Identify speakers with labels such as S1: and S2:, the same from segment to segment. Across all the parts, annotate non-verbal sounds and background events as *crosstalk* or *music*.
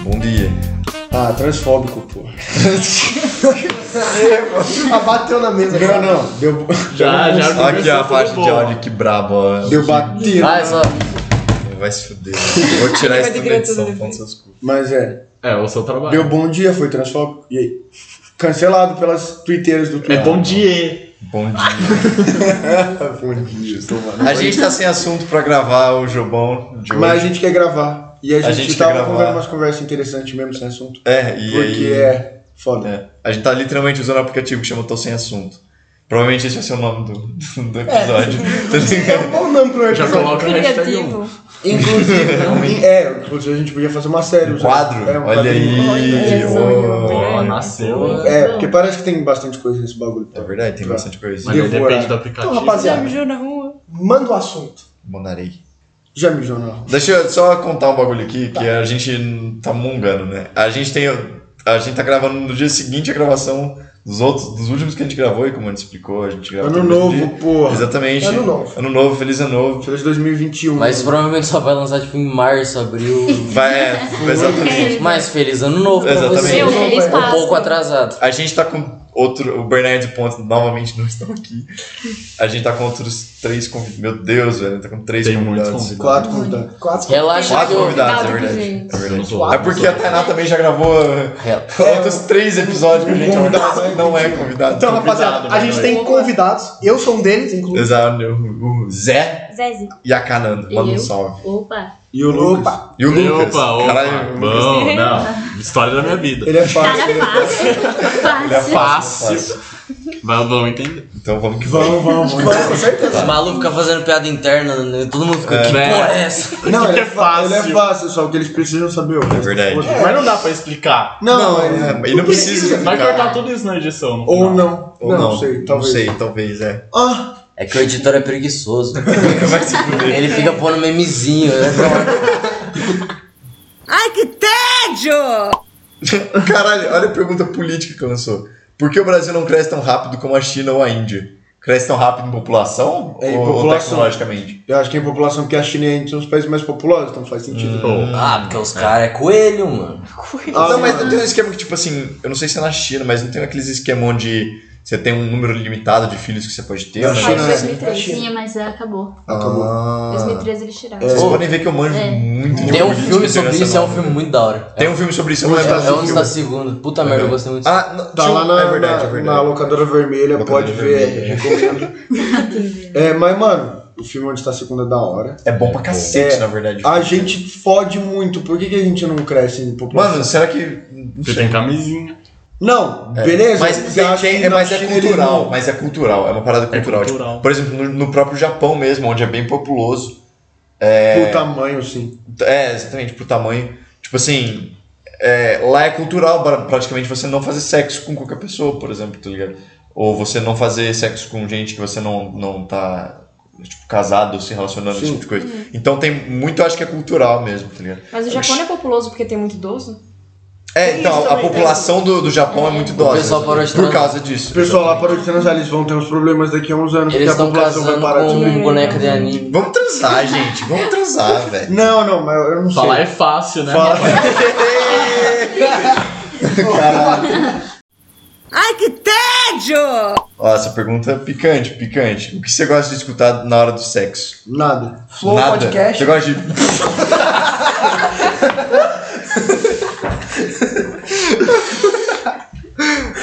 S1: Bom dia.
S2: Ah, transfóbico, *laughs* pô. Abateu Ah, na mesa.
S3: Não,
S2: cara.
S3: não. Deu,
S4: Já, já começou
S1: Aqui é
S5: é
S1: a
S4: tudo
S1: faixa
S4: bom.
S1: de áudio, que brabo. ó.
S3: deu batido.
S4: Ah, essa...
S1: Vai se fuder. né? Vou tirar isso
S5: Vai
S1: da
S5: ter
S1: minha
S5: grana tudo
S1: edição,
S5: bem.
S1: falando seus cu.
S3: Mas é.
S4: É, o seu trabalho.
S3: Deu bom dia, foi transfóbico. E aí? Cancelado pelas twitteiras do
S4: É
S3: Twitter. Tá
S4: bom dia.
S1: Bom dia.
S3: bom dia.
S1: A gente tá sem assunto pra gravar o Jobão de hoje.
S3: Mas a gente quer gravar. E a gente,
S1: gente quer
S3: tava
S1: gravar.
S3: conversando umas conversas interessantes mesmo sem assunto.
S1: É, e
S3: porque
S1: aí...
S3: é foda.
S1: É. A gente tá literalmente usando um aplicativo que chama Tô Sem Assunto. Provavelmente esse vai ser o nome do, do episódio.
S5: É.
S1: Tá ligado?
S3: Qual o nome pro
S4: Já
S3: episódio?
S4: coloca o hashtag 1.
S5: Criativo.
S1: *laughs*
S3: Inclusive, é, inclusive a gente podia fazer uma série.
S1: Um
S3: usando-
S1: quadro?
S3: É, um
S1: Olha
S3: quadrinho.
S1: aí.
S5: Olha só,
S1: ó.
S4: Ó, nasceu. hein?
S3: É, porque parece que tem bastante coisa nesse bagulho.
S1: É verdade,
S3: Tá.
S1: tem bastante coisa.
S4: Mas aí
S3: Devorar.
S4: depende do aplicativo.
S3: Então, rapaziada.
S5: Já mijou na rua?
S3: Manda o assunto.
S1: Monarei.
S3: Já mijou na rua.
S1: Deixa eu só contar um bagulho aqui, que a gente tá mungando, né? A gente tem. A gente tá gravando no dia seguinte a gravação dos outros, dos últimos que a gente gravou, e como a gente explicou, a gente gravou.
S3: Ano
S1: no mesmo dia.
S3: novo, porra.
S1: Exatamente.
S3: Ano novo.
S1: Ano novo, feliz ano novo.
S3: Feliz 2021.
S6: Mas provavelmente só vai lançar tipo em março, abril.
S1: *laughs* Vai, é, exatamente.
S6: Mas feliz ano novo pra
S1: Exatamente.
S6: você.
S5: Meu, feliz
S6: Um pouco
S5: Páscoa.
S6: atrasado.
S1: A gente tá com outro. O Bernardo e o Pontes novamente não estão aqui. A gente tá com outros três convidados. Meu Deus, velho, tá com três
S4: Tem muitos
S1: convidados.
S3: Quatro convidados. Quatro
S6: Relaxa que
S1: Quatro
S6: eu.
S1: convidados, é
S5: Obrigado,
S1: verdade.
S5: gente.
S1: É verdade.
S4: Somos
S1: É porque a Tainá também já gravou
S6: Rela-
S1: outros três episódios que a gente
S3: Convidado, né?
S1: não- não é convidado.
S3: Então, rapaziada, a
S4: Convidado,
S3: gente
S4: né,
S3: tem convidados. Eu sou um deles, inclusive.
S1: Exato, o o Zé
S5: Zezé.
S1: e a Canando.
S7: E
S1: Manda um
S7: eu?
S1: salve.
S7: Opa!
S3: E o Lucas. Opa,
S1: E o Lucas.
S4: Opa, opa.
S1: Caralho, o Lucas
S4: Bom, não. História da minha vida.
S3: ele é fácil.
S7: Cara,
S3: ele é fácil.
S7: fácil!
S1: ele é
S7: Fácil!
S1: fácil.
S4: Fácil. Mas vão entender.
S1: Então vamos que vamos.
S3: Vamos, vamos, vamos. Com certeza.
S6: O maluco fica fazendo piada interna, né? todo mundo fica, que
S4: Né?
S6: porra é essa?
S3: Não,
S4: que
S3: ele é,
S4: é
S3: fácil. Ele é
S4: fácil.
S3: fácil, só que eles precisam saber o resto.
S1: verdade.
S4: Mas não dá pra explicar.
S3: É. Não, é-
S1: é, e não precisa
S4: Vai
S1: explicar.
S4: cortar tudo isso na edição. no
S3: Ou
S4: final.
S3: não.
S1: Ou não,
S3: não, sei, talvez.
S1: Não sei, talvez, é.
S3: Ah,
S6: É que o editor é preguiçoso.
S1: *laughs* Vai se fuder.
S6: Ele fica pondo memezinho,
S1: *laughs*
S6: né?
S5: Ai, que tédio!
S1: Caralho, olha a pergunta política que lançou. Por que o Brasil não cresce tão rápido como a China ou a Índia? Cresce tão rápido em população
S3: É, em
S1: ou, ou
S3: população.
S1: tecnologicamente?
S3: eu acho que em população que a China e a Índia são os países mais populosos, então faz sentido.
S4: Ou-
S6: Ah, porque os caras é coelho, mano.
S3: Ah,
S1: não, mas não tem um esquema que, tipo assim, eu não sei se é na China, mas não tem aqueles esquema onde você tem um número limitado de filhos que você pode ter?
S3: Na
S1: um negócio
S3: China,
S1: assim?
S7: Sim, mas é, acabou.
S3: Acabou.
S1: Ah.
S7: 2013 eles tiraram.
S1: Vocês
S6: Ô,
S1: podem ver que eu manjo
S7: é.
S1: muito de
S6: Tem um
S1: política
S6: filme sobre isso, é
S1: internacional,
S6: um filme
S1: né?
S6: muito da hora.
S1: Tem um filme sobre isso, eu não
S6: É,
S1: lembro
S6: é
S1: do
S6: um da
S1: filme.
S6: segunda. Puta merda, eu gostei muito.
S1: Ah, não,
S3: Tá
S1: tinha um-
S3: lá na,
S1: é verdade,
S3: na-
S1: é verdade.
S3: na locadora vermelha,
S1: Locadora
S3: pode ver,
S1: vermelha.
S3: recomendo. é, mas, mano, o filme onde está a segunda é da hora.
S1: É bom pra cacete,
S3: É,
S1: na verdade.
S3: A gente fode muito, por que, que a gente não cresce em população?
S1: Mano, será que. não
S4: Você
S1: sei.
S4: tem camisinha.
S3: não, beleza,
S1: Mas,
S3: eu
S1: tem-
S3: acho
S1: tem-
S3: que
S1: é,
S3: na
S1: mas é
S3: China eles
S1: cultural,
S3: não.
S1: mas é cultural, é uma parada cultural. tipo,
S4: cultural.
S1: por exemplo, no, no próprio Japão mesmo, onde é bem populoso.
S3: O tamanho, sim.
S1: É, exatamente, pro tamanho. Tipo assim, é, lá é cultural pra- praticamente você não fazer sexo com qualquer pessoa, por exemplo, tá ligado? Ou você não fazer sexo com gente que você não, não tá tipo, casado ou se relacionando, esse
S3: Sim.
S1: tipo de coisa. Então tem muito, acho que é cultural mesmo, tá ligado?
S5: Uhum. Mas o Japão não é populoso porque tem muito idoso?
S1: É,
S5: Tem isso
S1: então, a
S5: também, né?
S1: população do, do Japão é, muito idosa.
S6: pessoal parou de
S1: Por
S6: transar.
S1: causa disso.
S3: O pessoal lá
S1: exatamente.
S3: parou de transar, eles vão ter uns problemas daqui a uns anos,
S6: Eles
S3: porque a
S6: estão
S3: população vai
S6: casando
S3: parar de
S6: com
S3: subir.
S6: boneca de anime.
S1: Vamos transar, gente. Vamos transar, velho.
S3: Não, não, mas eu não
S4: Falar
S3: sei.
S4: é fácil, né?
S5: Ai, que tédio!
S1: Ó, essa pergunta é picante, picante. O que você gosta de escutar na hora do sexo?
S3: Nada. Flow
S1: Nada.
S3: Podcast.
S1: Você gosta
S3: *laughs*
S1: de.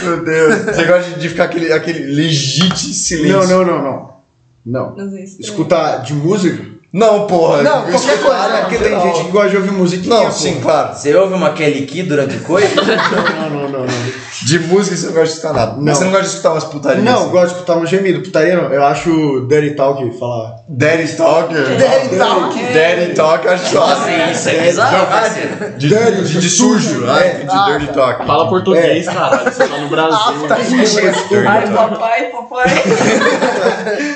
S1: Meu Deus. Você gosta de ficar aquele, aquele legítimo silêncio.
S3: Não, não, não, não. Não.
S5: Não sei se
S3: Escutar de música?
S1: Não, porra. é
S3: Não, qualquer coisa, né? Tipo, Porque tem
S1: não.
S3: gente que gosta de ouvir musiquinha,
S1: Não,
S3: pô.
S1: sim, claro.
S6: Você ouve uma Kelly Key durante o coito? *laughs*
S3: Não, não, não, não.
S1: De música você não gosta de escutar nada.
S3: Não.
S1: Mas você não gosta de escutar umas putarias.
S3: Não,
S1: assim?
S3: eu gosto de escutar um gemido. Putaria não. Eu acho Dirty Talk falar.
S1: Daddy Talker.
S3: Daddy Talk.
S1: Daddy Talk, eu acho assim.
S6: Isso é bizarro, parceiro.
S1: De,
S3: Daddy,
S1: de, de
S3: de
S1: sujo,
S3: sujo,
S1: ah,
S3: é.
S1: de dirty talk.
S4: Fala português, caralho. Você tá no
S1: Ah,
S4: Brasil.
S1: Dirty talk.
S5: papai, papai.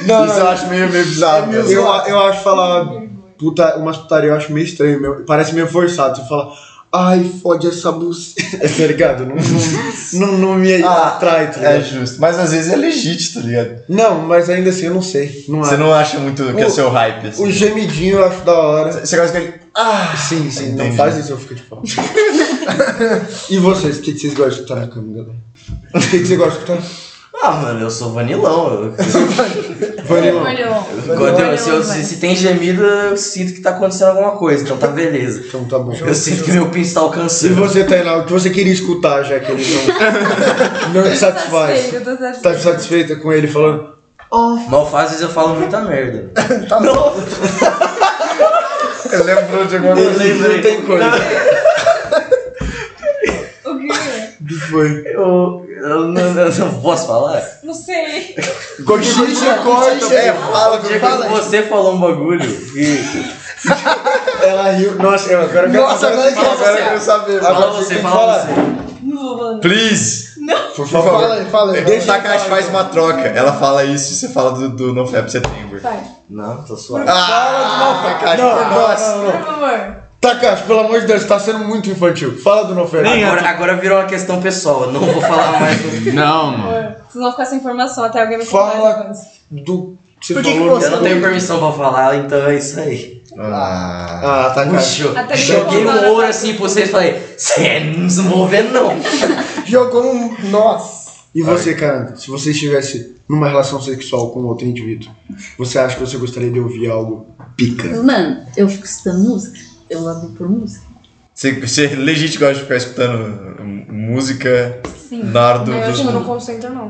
S3: Não,
S1: Isso eu acho meio, é meio bizarro.
S3: eu, eu acho falar puta, umas putaria eu acho meio estranho. Meu, parece meio forçado. Você fala, Ai, fode essa *laughs* buceta. tá ligado? Não, não, não, não me
S1: Ah,
S3: atrai, tá ligado?
S1: É justo. Mas às vezes é legítimo, tá ligado?
S3: Não, mas ainda assim eu não sei. Não
S1: Você
S3: acho.
S1: não acha muito que é
S3: O-
S1: seu hype, assim.
S3: O gemidinho eu acho da hora.
S1: Você gosta daquele. Ah!
S3: Sim, sim, não
S1: Entendi.
S3: faz isso, eu fico de pau. *laughs* e vocês, o que, que vocês gostam de escutar na cama, galera? O que, que você gosta de escutar?
S6: Ah, mano, eu sou vanilão. Eu,
S5: É.
S3: Vanilla.
S6: quando eu- se, eu-
S7: Vanilão,
S5: né?
S6: se- se tem gemido, eu sinto que tá acontecendo alguma coisa, então tá beleza.
S3: Então tá bom.
S6: Eu sinto que meu pinto tá
S3: E
S6: alcançando.
S3: você, Tainá, o que você queria escutar, já que ele *laughs* não, não te satisfaz?
S5: Eu tô
S3: Tá satisfeita com ele falando?
S6: Mal faz, às vezes eu falo muita merda.
S3: Tá bom.
S1: Ele lembrou de alguma coisa.
S3: Ele não tem coisa.
S5: O quê?
S3: O que foi?
S6: Eu, eu, não, eu não posso falar?
S5: Não sei.
S3: Continua, corte.
S1: É, fala,
S6: O dia que
S1: fala.
S6: você falou um bagulho que.
S3: Ela riu. Nossa, eu agora eu quero
S1: Nossa, agora eu quero- agora eu quero saber.
S6: Fala
S1: mano.
S6: você,
S1: Tem que
S6: fala
S1: falar.
S6: você.
S5: Não vou falar. nada.
S1: Please!
S3: Por favor.
S2: Fala, fala.
S1: Deixa Takashi faz uma troca. Ela fala isso e você fala do, do NoFap Setembro.
S5: Vai.
S6: Não, tô suave.
S1: Ah, Takashi,
S3: Não,
S1: por
S3: não,
S1: nós.
S3: não,
S5: Por
S3: não.
S5: favor.
S3: Takashi, pelo amor de Deus, tá sendo muito infantil. Fala do Nofer.
S4: Nem
S6: Agora, agora virou uma questão pessoal, eu não vou falar
S4: *laughs*
S6: mais. sobre-
S4: Não,
S5: Por
S4: mano.
S5: favor. Vocês vão ficar sem informação até alguém me
S3: Fala.
S5: contar depois.
S3: Do que você
S2: Por que que
S3: falou.
S2: você-
S6: Eu não tenho permissão pra falar, então é isso aí.
S1: Ah.
S3: Ah, Takashi.
S6: Puxa,
S5: Até que
S6: joguei
S5: voltar
S6: um
S5: na
S6: ouro assim pra vocês e falei, cê não se mover não.
S2: Jogou um. Nossa.
S3: E você, cara, se você estivesse numa relação sexual com outro indivíduo, você acha que você gostaria de ouvir algo pica?
S7: Mano, eu fico escutando música. Eu amo por música.
S1: Você, você legit gosta de ficar escutando hum, música
S7: Sim.
S1: na hora do.
S5: Não, eu
S1: dos-
S5: acho que não concentro, não.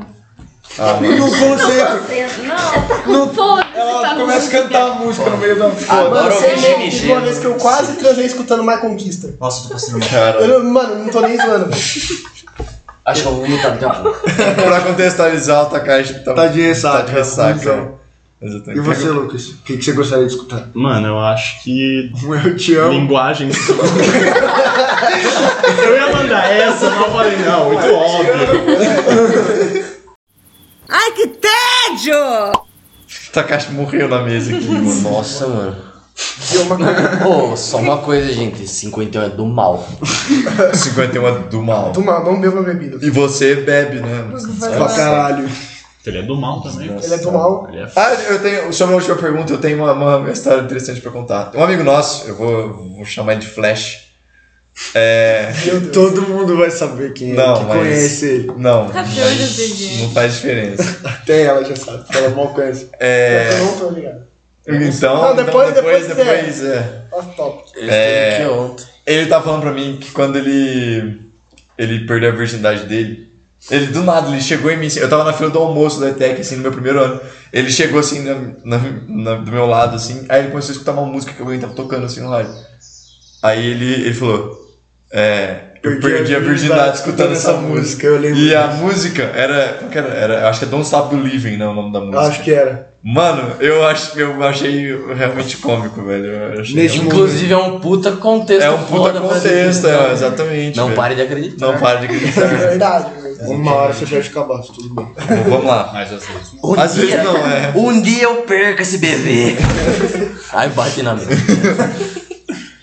S1: Ah, mano.
S3: No conceito,
S5: Não.
S2: tá
S3: ela começa a cantar a música no meio da foda.
S6: Adoro
S2: Mano,
S6: ouvir
S2: você lembra de uma vez
S6: GMG.
S2: que eu quase transei escutando My Conquista.
S6: Nossa, eu tô passando mal.
S2: Eu
S1: Cara,
S2: não- mano, não tô nem zoando.
S6: Acho que é um eu vou mudar daqui a *laughs* pouco.
S1: *laughs* pra contextualizar, o Takashi tá,
S3: Tá de ressaca.
S1: tá de ressaca.
S3: Então,
S1: Exatamente.
S3: E você, Lucas? O que, que você gostaria de escutar?
S2: *laughs*
S4: Mano, eu acho que
S3: Um Eu te amo.
S4: linguagem. Então eu ia mandar essa, mas eu falei, não, muito óbvio.
S5: Ai, que tédio!
S1: Takashi morreu na mesa *laughs* aqui, mano. Nossa.
S6: Nossa, mano. Ô, só uma coisa, gente. 51 é do mal.
S1: 51 é do mal.
S2: Toma, não beba bebida.
S1: E você bebe, né?
S3: Pra caralho.
S4: Ele é do mal também.
S2: Ele é do mal.
S4: Ele é f...
S1: Ah, eu tenho. Sobre a última pergunta, eu tenho uma, uma história interessante pra contar. Um amigo nosso, eu vou, vou chamar ele de Flash.
S3: É. Todo mundo vai saber quem é,
S1: Não,
S3: que
S1: mas-
S3: conhece ele.
S1: Não,
S5: Deus,
S1: mas não faz diferença.
S3: Até ela já sabe, ela mal conhece.
S2: É. Eu não tô ligado.
S1: Então,
S2: Não,
S1: então
S2: depois-
S1: depois,
S2: depois é.
S1: depois, é.
S2: Off top.
S6: Ele é... que ontem.
S1: Ele tá falando pra mim que quando ele ele perdeu a virgindade dele, ele do nada ele chegou em mim, assim, eu tava na fila do almoço da ETEC assim no meu primeiro ano. Ele chegou assim na, na- na- do meu lado assim, aí ele começou a escutar uma música que alguém tava tocando assim no rádio. Aí ele ele falou, é, eu perdi, a virgindade escutando essa música.
S3: Eu lembro.
S1: E a música era, qual que era? Era- eu acho que é Don't Stop Believing, né, o nome da música.
S3: Acho que
S1: *laughs*
S3: era.
S1: Mano, eu acho eu achei realmente cômico, velho. Eu achei
S3: Nesse
S1: realmente-
S6: Inclusive é um puta contexto.
S1: é um puta
S6: foda pra
S1: contexto,
S6: defender,
S1: é,
S6: né?
S1: exatamente.
S6: Não
S1: velho.
S6: pare de acreditar.
S1: Não para de
S6: *laughs*
S1: acreditar.
S2: É Verdade, é. velho.
S3: Uma hora você perde o cabaço, tudo bem.
S1: Bom, vamos lá.
S4: Mas às vezes.
S6: Um
S1: Às vezes não, é.
S6: Um dia eu perco esse *laughs* bebê. Aí bate na mesa.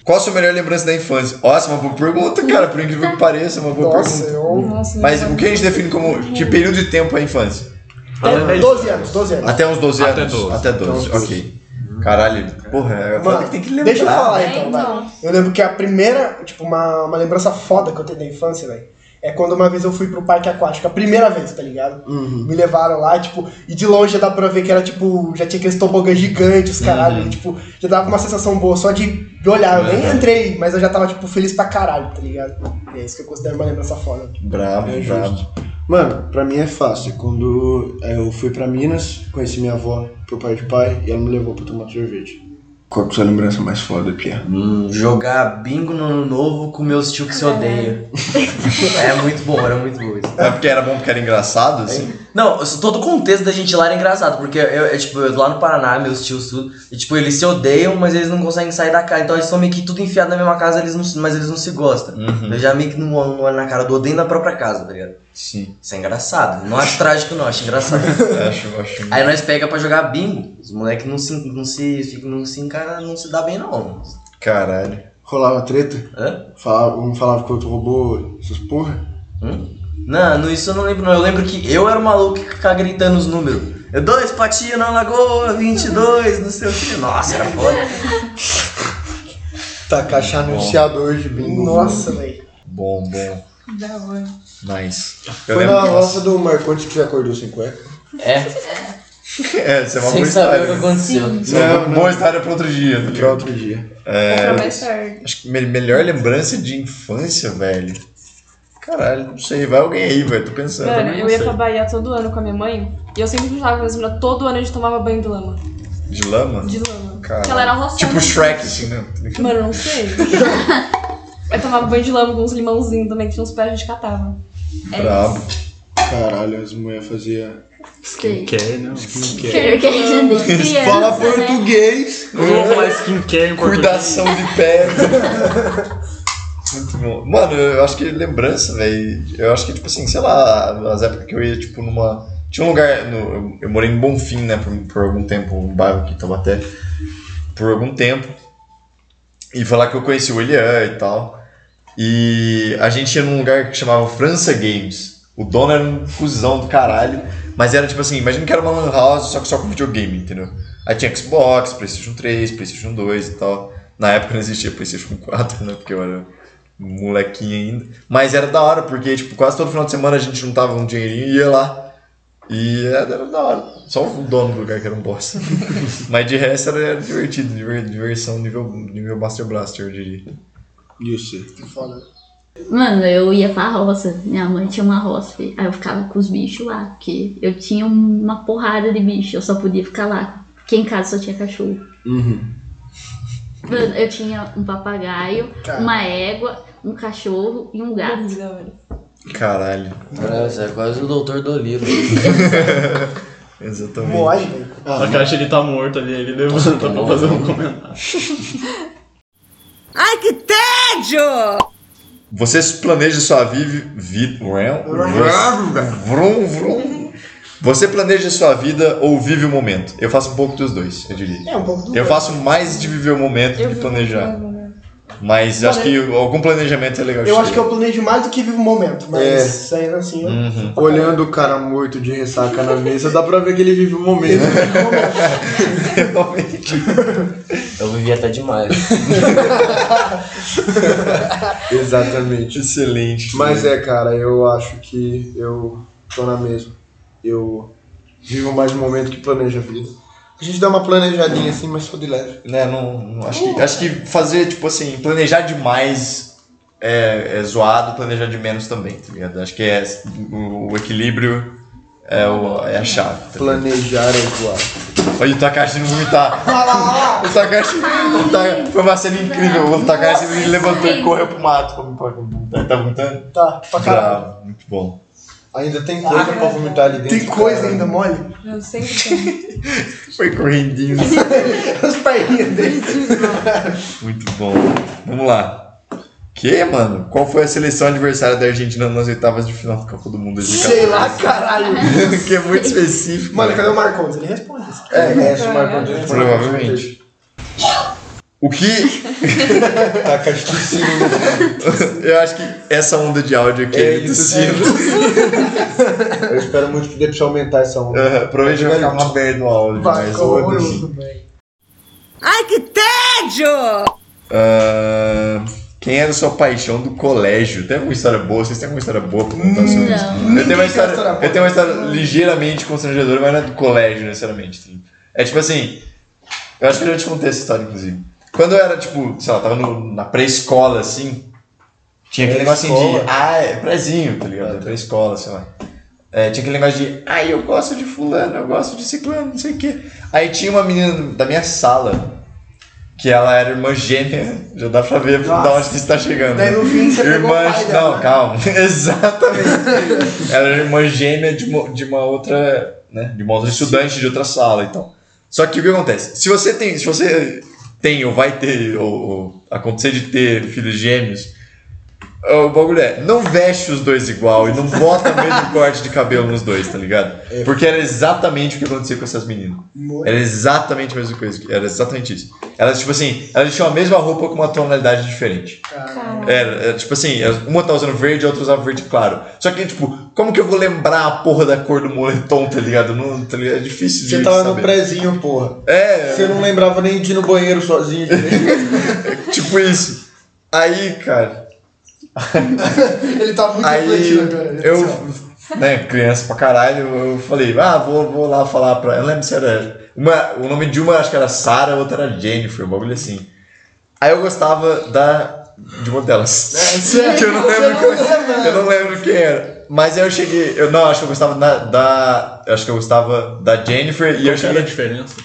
S1: Qual a sua melhor lembrança da infância? Nossa, uma boa pergunta, cara. Por incrível que pareça, é uma boa
S2: Nossa,
S1: pergunta.
S2: eu.
S5: Nossa,
S1: Mas
S5: não.
S1: o que a gente define como. Que período de tempo é a infância?
S2: Tem 12 É, anos, 12 anos.
S1: Até uns 12
S4: Até
S1: anos?
S4: 12.
S1: Até 12,
S3: Então,
S1: ok. Caralho, porra, é foda que tem que lembrar.
S2: Deixa eu falar
S7: É,
S2: então,
S7: então.
S2: vai. Eu lembro que a primeira, tipo, uma, uma lembrança foda que eu tenho da infância, velho, é quando uma vez eu fui pro parque aquático, a primeira vez, tá ligado?
S1: Uhum.
S2: Me levaram lá, tipo, e de longe já dá pra ver que era, tipo, já tinha aqueles tobogãs gigantes, caralho,
S1: Uhum.
S2: e, tipo, já dava uma sensação boa só de olhar. Eu nem entrei, mas eu já tava, tipo, feliz pra caralho, tá ligado? E é isso que eu considero uma lembrança foda.
S1: Brabo,
S3: É
S1: brabo.
S3: Mano, pra mim é fácil. Quando eu fui pra Minas, conheci minha avó por parte de pai e ela me levou pra tomar sorvete. Qual que é a sua lembrança mais foda, Pierre?
S6: Hum, jogar bingo no ano novo com meus tios que se odeiam. é muito bom, era muito bom isso.
S1: É porque era bom porque era engraçado,
S3: É.
S1: assim?
S6: Não, isso- todo o contexto da gente lá era engraçado, porque eu, é, tipo, eu lá no Paraná, meus tios tudo, e tipo, eles se odeiam, mas eles não conseguem sair da casa. Então eles são meio que tudo enfiado na mesma casa, eles não, se- mas eles não se gostam.
S1: Uhum.
S6: Eu já meio que não não olho na cara do odeio na própria casa, tá ligado?
S1: Sim.
S6: Isso é engraçado. Não acho trágico, não, acho engraçado.
S1: Acho, acho.
S6: Aí nós pega pra jogar bingo. Os moleques não se, não se, não se encara, não se dá bem não.
S1: um Caralho.
S3: Rolava treta?
S6: Hã?
S1: É?
S3: Falava, um falava que o outro roubou essas porra?
S6: Não, não, isso eu não lembro não. Eu lembro que eu era o maluco que ficava gritando os números. Eu, Dois patinhos na lagoa, 22, não sei o que. Nossa, era foda.
S2: Tá,
S3: Tacar anunciador de bingo.
S2: Nossa, velho.
S1: Bom, bom.
S5: Da hora.
S1: Nice. Eu
S3: Foi na
S1: lembro *laughs*
S3: roça do Marconte que você acordou sem cueca?
S6: É,
S1: que... É, isso é uma boa
S6: sem saber o que
S1: história. né?
S6: aconteceu.
S1: Isso é uma
S3: Não, não.
S1: boa história pra outro dia. tá
S3: Pra
S1: ligado?
S3: outro dia.
S5: É. mais tarde.
S1: Acho que me- melhor lembrança de infância, velho. Caralho, não sei. Vai alguém aí, velho. Tô pensando.
S5: Mano,
S1: também
S5: eu
S1: não
S5: ia
S1: sei.
S5: pra Bahia todo ano com a minha mãe e eu sempre juntava com as meninas. Todo ano a gente tomava banho de lama.
S1: De lama?
S5: De lama.
S1: Caralho.
S5: Porque ela era roçada.
S1: Tipo Shrek, assim, né?
S5: Mano, eu não sei. eu tomava banho de lama com uns limãozinhos também, que tinha uns pés a gente catava. É
S1: Brabo.
S3: Caralho, as mulheres faziam.
S7: Sei.
S4: Skincare, não. Skincare.
S7: Quero que a gente nem criança,
S3: Fala
S7: né?
S3: português!
S4: Eu vou falar skincare em português.
S1: Cuidação de pé. *laughs* Muito bom. Mano, eu acho que lembrança, velho. Eu acho que, tipo assim, sei lá, as épocas que eu ia, tipo, numa. Tinha um lugar. No... eu- Eu morei em Bonfim, né, por, por algum tempo, um bairro aqui em Taubaté. Por algum tempo. E foi lá que eu conheci o Elian e tal. E a gente ia num lugar que chamava França Games. O dono era um cuzão do caralho. Mas era tipo assim, imagina que era uma lan house, só que só com videogame, entendeu? Aí tinha Xbox, Playstation 3, Playstation 2 e tal. Na época não existia Playstation 4, né? Porque eu era molequinho ainda. Mas era da hora, porque tipo, quase todo final de semana a gente juntava um dinheirinho e ia lá. E era era da hora. Só o dono do lugar que era um bosta. *laughs* Mas de resto era, era divertido, diver- diversão nível, nível Master Blaster, eu diria.
S3: E você?
S7: Mano, eu ia pra roça. Minha mãe tinha uma roça. filho. Aí eu ficava com os bichos lá. Porque eu tinha uma porrada de bicho. Eu só podia ficar lá. Porque em casa só tinha cachorro.
S3: Uhum.
S7: Mano, eu tinha um papagaio, uma égua, um cachorro e
S5: *laughs*
S7: um gato.
S5: da hora.
S1: Caralho,
S6: Nossa, é quase o doutor Doliro.
S1: exatamente.
S2: Moai, velho.
S3: Ah,
S4: Só que eu acho que ele tá morto ali, ele levanta pra fazer um comentário.
S5: Ai, que tédio!
S1: Vocês planejam sua vida. Vi, vrum, vrum. Você planeja sua vida ou vive o momento? Eu faço um pouco dos dois, eu diria.
S2: É um pouco do.
S1: Eu faço mais de viver o momento do que planejar. Mas acho que algum planejamento é legal. de
S2: Eu
S1: ter.
S2: acho que eu planejo mais do que vivo o momento, mas
S3: É.
S2: saindo assim, eu.
S1: Uhum.
S3: Olhando o cara morto de ressaca na mesa, dá pra ver que ele vive o momento.
S6: *laughs* Eu vivi até demais.
S3: *laughs* Exatamente.
S1: Excelente.
S3: Mas é, cara, eu acho que eu tô na mesma. Eu vivo mais um momento que planeja a vida. A gente dá uma planejadinha assim, mas só de leve.
S1: Né, não, não- acho, que, acho que fazer, tipo assim, planejar demais é, é zoado, planejar de menos também, tá ligado? Acho que é, o, o equilíbrio é, o- é a chave. Tá ligado?
S3: Planejar é voar.
S1: Olha o Takashi não vomitar. O Takashi. o Ta- Foi uma cena incrível. O Takashi ele levantou e correu pro mato pra pra- pra vomitar. Tá vomitando?
S2: Tá, pra caralho.
S1: Bravo, muito bom.
S3: Ainda tem coisa pra vomitar ali dentro.
S2: Tem coisa
S3: cara.
S2: ainda mole?
S5: Eu sempre tenho.
S1: Foi
S2: *laughs*
S1: correndinho.
S2: As perninhas dele.
S1: Muito bom. Vamos lá. Que, mano? Qual foi a seleção adversária da Argentina nas oitavas de final do Copa do Mundo?
S2: Sei lá, caralho.
S1: *laughs* que é muito específico.
S2: Mano, um- cadê o Marcos? Ele responde isso.
S3: É, é, esse Marco Antônio foi-
S1: Provavelmente. O que *laughs*
S3: Tá castiçando.
S1: eu acho que essa onda de áudio aqui
S3: É
S1: é do
S3: isso,
S1: sino.
S3: Eu espero muito que dê pra você aumentar essa onda.
S1: Aham, Provavelmente vai ficar uma merda o áudio,
S2: Vai,
S1: mas foda-se.
S2: horroroso, velho.
S5: Ai, que tédio!
S1: Ah, Quem era a sua paixão do colégio? Tem alguma história boa? Vocês têm alguma história boa pra contar sobre isso?
S7: Não.
S1: Eu tenho, uma
S2: tem
S1: história,
S2: história boa.
S1: eu tenho uma história ligeiramente constrangedora, mas não é do colégio necessariamente. assim. É tipo assim. Eu acho que eu já te contei essa história, inclusive. Quando eu era, tipo, sei lá, tava no- na pré-escola, assim, tinha aquele negocinho de.
S3: Pré-escola?
S1: Ah, é prézinho, tá
S2: Ah,
S1: ligado? É pré-escola, sei lá. É, tinha aquele negócio de, ai, eu gosto de fulano, eu gosto de ciclano, não sei o quê. Aí tinha uma menina da minha sala, que ela era irmã gêmea, já dá pra ver da onde que está chegando.
S2: Daí
S1: né?
S2: no fim você pegou o
S1: Irmã,
S2: pai dela. né?
S1: não,
S2: *laughs*
S1: calma, exatamente. ela era irmã gêmea de uma, de uma outra, né, de uma outra estudante de outra sala e tal. Só que o que acontece? Se você tem, se você tem ou vai ter, ou, ou acontecer de ter filhos gêmeos, O bagulho é, não veste os dois igual e não bota o
S2: *laughs*
S1: mesmo corte de cabelo nos dois, tá ligado?
S2: É.
S1: Porque era exatamente o que acontecia com essas meninas. Era exatamente a mesma coisa, era exatamente isso. Elas, tipo assim, elas tinham a mesma roupa com uma tonalidade diferente.
S5: Cara.
S1: Era, era, tipo assim, elas- uma tá usando verde, a outra usava verde claro. Só que, tipo, como que eu vou lembrar a porra da cor do moletom, tá ligado? Não, tá ligado? É difícil de
S3: Você tava no
S1: saber.
S3: prezinho, porra.
S1: É,
S3: Você não lembrava nem de ir no banheiro sozinho direito.
S1: tipo isso. Aí, cara,
S2: *laughs* Ele tá muito
S1: aí
S2: refletido agora. assim,
S1: eu, né, criança pra caralho, eu falei, ah, vou, vou lá falar pra. Eu não lembro se era. Uma, o nome de uma acho que era Sarah, a outra era Jennifer, um bagulho assim. Aí eu gostava da, de uma delas.
S2: É,
S1: *laughs* que eu não lembro qual- Eu não lembro quem era. Mas aí eu cheguei. Eu, não, acho que eu gostava da. da eu acho que eu gostava da Jennifer e eu
S4: Qual era a
S1: cheguei
S4: diferença?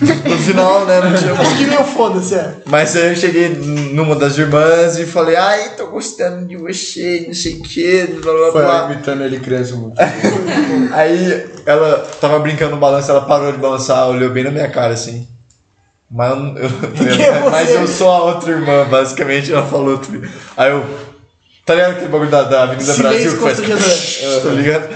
S1: no final, né? Não
S2: *laughs*
S1: tinha
S2: Acho que meu foda-se, é.
S1: Mas aí eu cheguei numa das irmãs e falei, ai, tô gostando de você, não sei o que, blá blá
S3: Foi
S1: blá.
S3: ela imitando ele criança muito.
S2: É,
S1: Aí ela tava brincando no balanço, ela parou de balançar, olhou bem na minha cara assim. Mas eu, não- eu,
S2: Quem é você?
S1: mas eu sou a outra irmã, basicamente, ela falou tudo. Aí eu. Tá ligado aquele bagulho da, da Avenida Brasil
S2: Silêncio
S1: que faz. *laughs*
S2: constrangedor.
S1: tá ligado?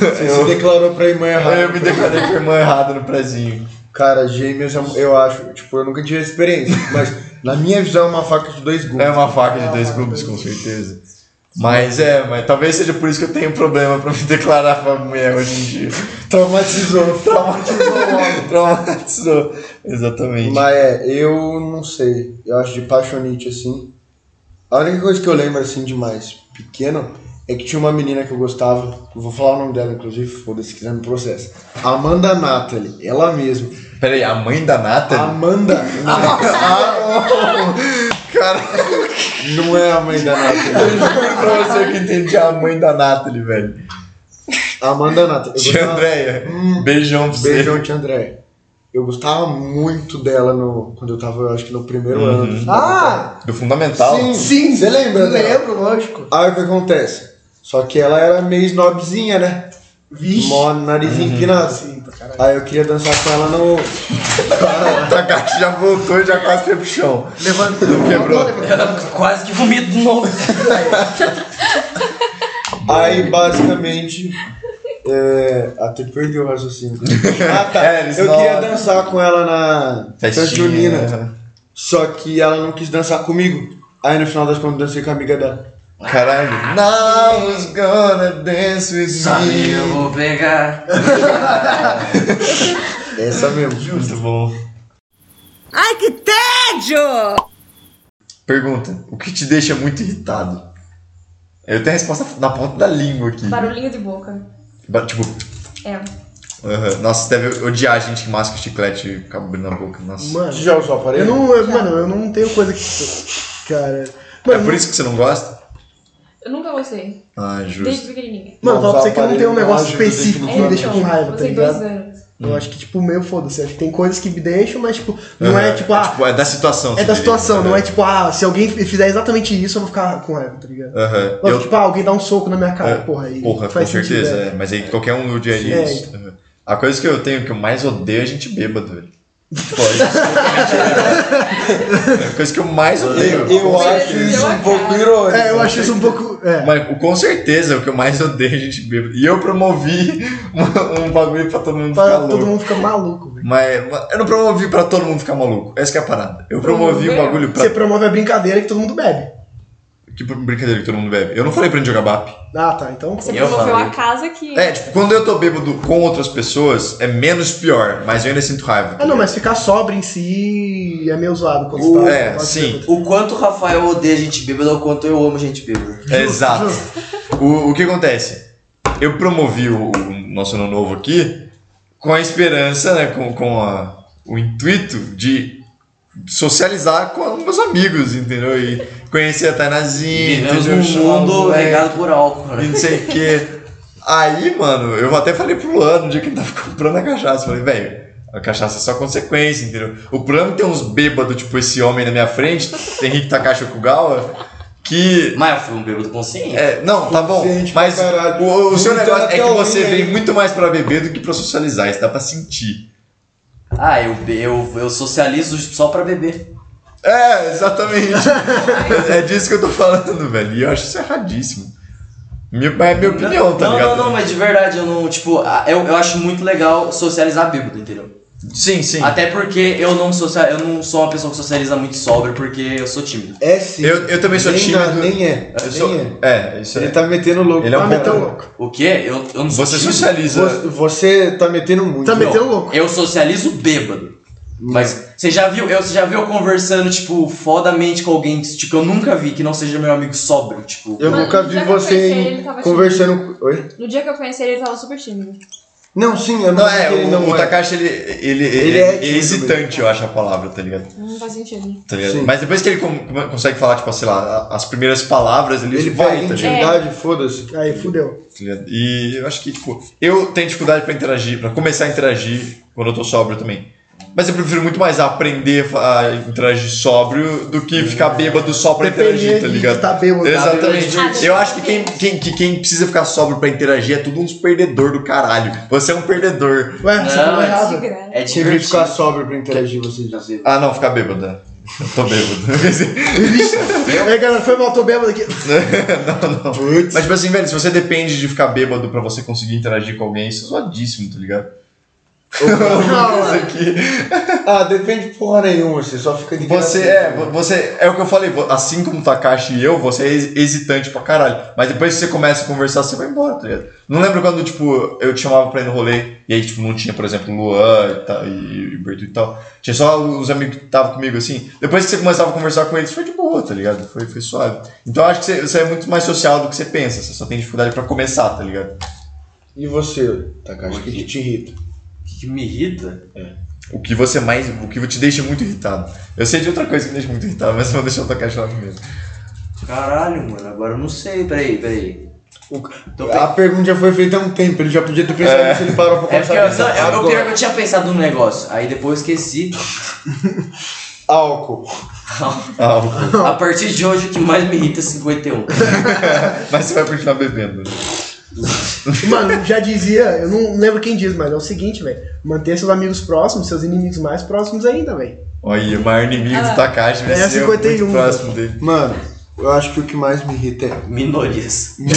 S3: Você se declarou pra irmã errada.
S2: É.
S1: Aí eu me declarei com a irmã errada no prezinho.
S3: Cara, gêmeos, é um- eu acho, tipo, eu nunca tive experiência, mas na minha visão é uma faca de dois gumes.
S1: É uma faca de dois gumes, com certeza. Mas é, mas talvez seja por isso que eu tenho problema pra me declarar pra mulher hoje em
S3: *laughs*
S1: dia.
S3: Traumatizou.
S1: Traumatizou logo. Traumatizou. Exatamente.
S3: Mas é, eu não sei, eu acho de paixonite, assim. A única coisa que eu lembro, assim, de mais pequeno, é que tinha uma menina que eu gostava, eu vou falar o nome dela, inclusive, foda-se, quiser me processo. Amanda Nathalie, ela mesma.
S1: Peraí, a mãe da Nathalie?
S3: Amanda. *laughs* Não é a mãe da Nathalie.
S1: pra você que entendi a mãe da Nathalie, velho.
S3: Amanda Nathalie. eu
S1: Tia
S3: gostava- Hum.
S1: Andréia. Beijão pra você.
S3: Beijão, tia André. Eu gostava muito dela no, quando eu tava, eu acho que no primeiro
S1: Uhum.
S3: ano.
S2: Ah!
S1: Do Fundamental.
S2: Sim,
S3: Você lembra dela?
S2: Lembro, lógico.
S3: Aí o que acontece? Só que ela era meio snobzinha, né?
S2: Vixe.
S3: Mó nariz
S1: Uhum.
S3: empinado.
S2: Sim, pra caralho.
S3: Aí eu queria dançar com ela no.
S1: O Takashi já voltou e já quase foi pro chão.
S2: Levantou.
S1: Quebrou.
S6: Eu *laughs* quase que vomito de novo.
S3: Aí basicamente. é, Até perdi o raciocínio. Ah, tá.
S1: *laughs* É, eles
S3: eu
S1: não-
S3: queria dançar com ela na festa
S1: Festinha,
S3: junina.
S1: né?
S3: Só que ela não quis dançar comigo. Aí no final das contas eu dancei com a amiga dela.
S1: Caralho. Now was gonna dance with
S6: Sabe, eu
S1: me.
S6: vou pegar.
S3: É Essa mesmo.
S1: Muito bom.
S8: Ai, que tédio!
S1: Pergunta. O que te deixa muito irritado? Eu tenho a resposta na ponta da língua aqui.
S5: Barulhinho de boca.
S1: Ba- Tipo,
S5: É.
S1: aham. nossa, você deve odiar a gente que masca chiclete com a boca na boca. Nossa.
S2: Mano,
S3: Você já usou o aparelho?
S2: eu não, eu- mano, eu não tenho coisa que. Cara.
S1: é
S2: Mano,
S1: por isso que você não gosta?
S5: Eu nunca gostei.
S1: Ah,
S5: Desde
S1: justo.
S5: pequenininha.
S2: mano fala pra você
S3: Usar
S2: que eu não
S3: aparelho
S2: tenho um
S3: não
S2: negócio
S3: ajuda
S2: específico que me
S3: definitivamente.
S2: deixa com raiva, tá
S5: gostei dois
S2: ligado?
S5: anos.
S2: Eu acho que, tipo, meio foda-se. Acho que tem coisas que me deixam, mas, tipo, não é tipo, ah,
S1: é da situação.
S2: é
S1: você
S2: da
S1: diria,
S2: situação,
S1: né?
S2: não é tipo, ah, se alguém fizer exatamente isso, eu vou ficar com raiva, tá ligado?
S1: Aham.
S2: Mas,
S1: Eu-
S2: tipo, ah, alguém dá um soco na minha cara,
S1: É,
S2: porra, aí.
S1: Porra, com
S2: faz sentido,
S1: certeza.
S2: é.
S1: é. Mas aí qualquer um odiaria
S2: É,
S1: isso. Aham. A coisa que eu tenho que eu mais odeio é gente bêbado, velho. Pô, isso
S2: *laughs*
S1: é absolutamente- é a coisa que eu mais odeio.
S3: Eu
S5: Você
S3: acho
S5: deu
S3: isso
S5: a
S3: um pouco
S5: cara.
S3: irônico.
S2: É, eu acho isso um pouco. É.
S1: Mas com certeza o que eu mais odeio é gente bêbada. E eu promovi *laughs* um, um bagulho pra todo mundo ficar
S2: Pra
S1: louco.
S2: todo mundo ficar maluco, velho.
S1: Mas, mas eu não promovi pra todo mundo ficar maluco. Essa que é a parada. Eu promovi o
S5: Promoveu.
S1: bagulho pra.
S2: Você promove a brincadeira que todo mundo bebe.
S1: Que brincadeira que todo mundo bebe. Eu não falei pra gente jogar BAP.
S2: Ah, tá, então.
S5: Você
S1: Eu
S5: promoveu
S1: falei.
S5: a casa que.
S1: É, tipo, quando eu tô bêbado com outras pessoas, é menos pior, mas eu ainda sinto raiva. tá
S2: Ah, não, mas ficar sobra em si é meio zoado quando
S1: Uh,
S2: você tá.
S1: é,
S2: tá
S1: sim.
S2: bêbado.
S6: O quanto o Rafael odeia gente bêbada, o quanto eu amo gente bêbada.
S1: É, Exato. O, o que acontece? Eu promovi o, o nosso ano novo aqui com a esperança, né, com, com a- o intuito de socializar com meus amigos, entendeu? E conhecer a Tainazinha,
S6: Vivemos
S1: entendeu?
S6: num
S1: Chamar o
S6: um mundo é
S1: moleque,
S6: regado por álcool,
S1: e
S6: né?
S1: não sei o quê. Aí, mano, eu até falei pro Luan no dia que ele tava *laughs* comprando a cachaça. eu Falei, velho, a cachaça é só consequência, entendeu? O problema é que tem uns bêbados, tipo esse homem na minha frente, Henrique Takashi Okugawa, que
S6: Mas eu fui um bêbado consciente.
S1: é, não, tá bom.
S3: Suficiente
S1: Mas
S3: pra caralho.
S1: o, o seu
S3: Vomitando
S1: negócio é
S3: até
S1: que
S3: o
S1: você
S3: rim aí.
S1: vem muito mais pra beber do que pra socializar. Isso dá pra sentir.
S6: Ah, eu, be- eu, eu socializo só pra beber.
S1: É, exatamente. é, é disso que eu tô falando, velho. E eu acho isso erradíssimo. Minha, mas é minha opinião,
S6: não,
S1: tá
S6: não,
S1: ligado?
S6: não, não, mas de verdade, eu não, tipo, a- eu, eu acho muito legal socializar bêbado, entendeu?
S1: Sim, sim.
S6: Até porque eu não, social, eu não sou uma pessoa que socializa muito sóbrio, porque eu sou tímido.
S3: É sim.
S1: Eu- eu também sou
S3: nem
S1: tímido.
S3: na- Nem é.
S1: Eu
S3: nem
S1: sou-
S3: é.
S1: É, isso
S3: Ele
S1: é.
S3: tá metendo louco.
S1: Ele é um
S3: Ah,
S1: bom-
S3: meteu louco.
S6: O quê? Eu, eu não sou
S1: Você
S6: tímido.
S1: socializa.
S3: Você, você tá metendo muito.
S2: Tá
S3: Não.
S2: metendo louco.
S6: Eu socializo bêbado. Mas você já viu, eu, você já viu eu conversando, tipo, fodamente com alguém, tipo, que eu nunca vi, que não seja meu amigo sóbrio, tipo.
S3: Eu
S5: Mano,
S3: nunca
S5: no
S3: vi
S5: dia que eu
S3: você
S5: conheci ele, ele tava
S3: conversando. com- Oi?
S5: No dia que eu conheci ele, ele tava super tímido.
S3: Não, sim, eu não,
S1: Não,
S3: sei
S1: é,
S3: que ele
S1: o,
S3: não
S1: o
S3: é.
S1: Takashi, ele, ele,
S3: Ele é tímido
S1: hesitante, eu acho a palavra, tá ligado?
S5: Não faz sentido.
S1: Tá ligado?
S3: Sim.
S1: Mas depois que ele com- come- consegue falar, tipo, sei lá, a- as primeiras palavras, ele,
S3: Ele
S1: vai,
S3: pega
S1: tá ligado?
S5: É.
S3: intimidade, foda-se.
S2: Aí, fudeu.
S1: Tá ligado? E eu acho que, tipo, eu tenho dificuldade pra interagir, pra começar a interagir quando eu tô sóbrio também. Mas eu prefiro muito mais aprender a interagir sóbrio do que ficar bêbado só pra interagir, tá
S2: de
S1: ligado?
S2: Tá né, bêbado.
S1: Exatamente.
S5: Ah, deixa
S1: Eu
S5: eu
S1: acho que quem, quem, que quem precisa ficar sóbrio pra interagir é tudo uns perdedor do caralho. Você é um perdedor.
S2: Ué, você
S6: Não,
S2: falou
S6: é
S5: De
S2: errado.
S5: graça.
S6: É
S3: Sempre
S6: divertido.
S3: ficar sóbrio pra interagir, você dizer.
S1: Ah, não, ficar bêbado. né? Eu tô
S2: *laughs*
S1: bêbado.
S2: Aí, galera, foi mal, tô bêbado aqui.
S1: não, não.
S3: Putz.
S1: Mas, tipo assim, velho, se você depende de ficar bêbado pra você conseguir interagir com alguém, isso é zoadíssimo, tá ligado?
S2: *laughs* Não,
S1: Isso aqui.
S3: Ah, depende porra nenhuma,
S1: assim,
S3: você só fica de
S1: Você
S3: graça.
S1: é, vo- você é o que eu falei, vo- assim como o Takashi e eu, você é hesi- hesitante pra caralho. Mas depois que você começa a conversar, você vai embora, tá ligado? Não lembro quando, tipo, eu te chamava pra ir no rolê, e aí, tipo, não tinha, por exemplo, Luan e, tal, e, e Bertu e tal. Tinha só os amigos que estavam comigo, assim. Depois que você começava a conversar com eles, foi de boa, tá ligado? Foi, foi suave. Então eu acho que você, você é muito mais social do que você pensa, você só tem dificuldade pra começar, tá ligado?
S3: E você, Takashi, o que, que te irrita?
S6: O que que me irrita?
S1: O que você mais. O que te deixa muito irritado. Eu sei de outra coisa que me deixa muito irritado, mas eu vou deixar o Takashi lá primeiro.
S6: Caralho, mano, agora eu não sei, peraí, peraí.
S3: O- Ah,
S6: Tô
S3: A pergunta já foi feita há um tempo, ele já podia ter pensado nisso, ele parou pra
S6: É porque
S3: pensar
S6: eu,
S3: nisso.
S6: não, eu, eu,
S3: Agora,
S6: pior que eu tinha pensado num negócio, aí depois
S3: *laughs*
S6: eu esqueci.
S3: Álcool.
S1: Ah, o-
S6: A partir de hoje, o que mais me irrita é 51.
S1: *laughs* Mas você vai continuar bebendo. né?
S2: Mano, já dizia, eu não lembro quem diz, mas é o seguinte, velho. Manter seus amigos próximos, seus inimigos mais próximos ainda, velho. *laughs*
S1: Olha, aí, o maior inimigo do Takashi vai
S2: É a
S1: ser
S2: 51,
S1: muito próximo dele.
S3: Mano, eu acho que o que mais me irrita é
S6: Minorias.
S1: Meu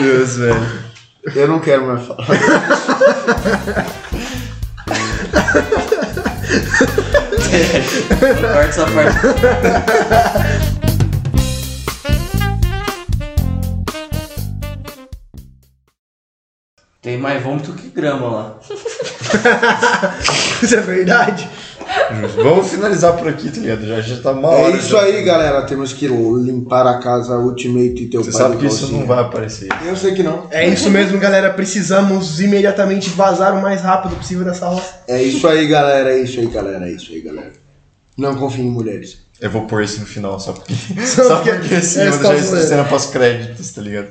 S1: Deus, velho.
S3: Eu não quero mais falar.
S6: *laughs* Corta essa parte. Tem mais vômito que grama lá.
S2: Isso é verdade.
S1: Vamos finalizar por aqui, tá ligado? Já, já tá uma hora.
S3: É isso
S1: já.
S3: aí, galera. Temos que limpar a casa Ultimate e teu
S1: Você
S3: pai.
S1: sabe
S3: de
S1: que isso
S3: calcinha.
S1: não vai aparecer.
S3: Eu sei que não.
S2: É isso mesmo, galera. Precisamos imediatamente vazar o mais rápido possível dessa roça.
S3: É isso aí, galera. É isso aí, galera. É isso aí, galera. Não confie em mulheres.
S1: Eu vou pôr isso no final, só porque.
S2: Só
S1: Só
S2: porque-
S1: porque assim,
S2: é,
S1: eu vou deixar
S2: só
S1: isso
S2: zoeira.
S1: cena pós-créditos, tá ligado?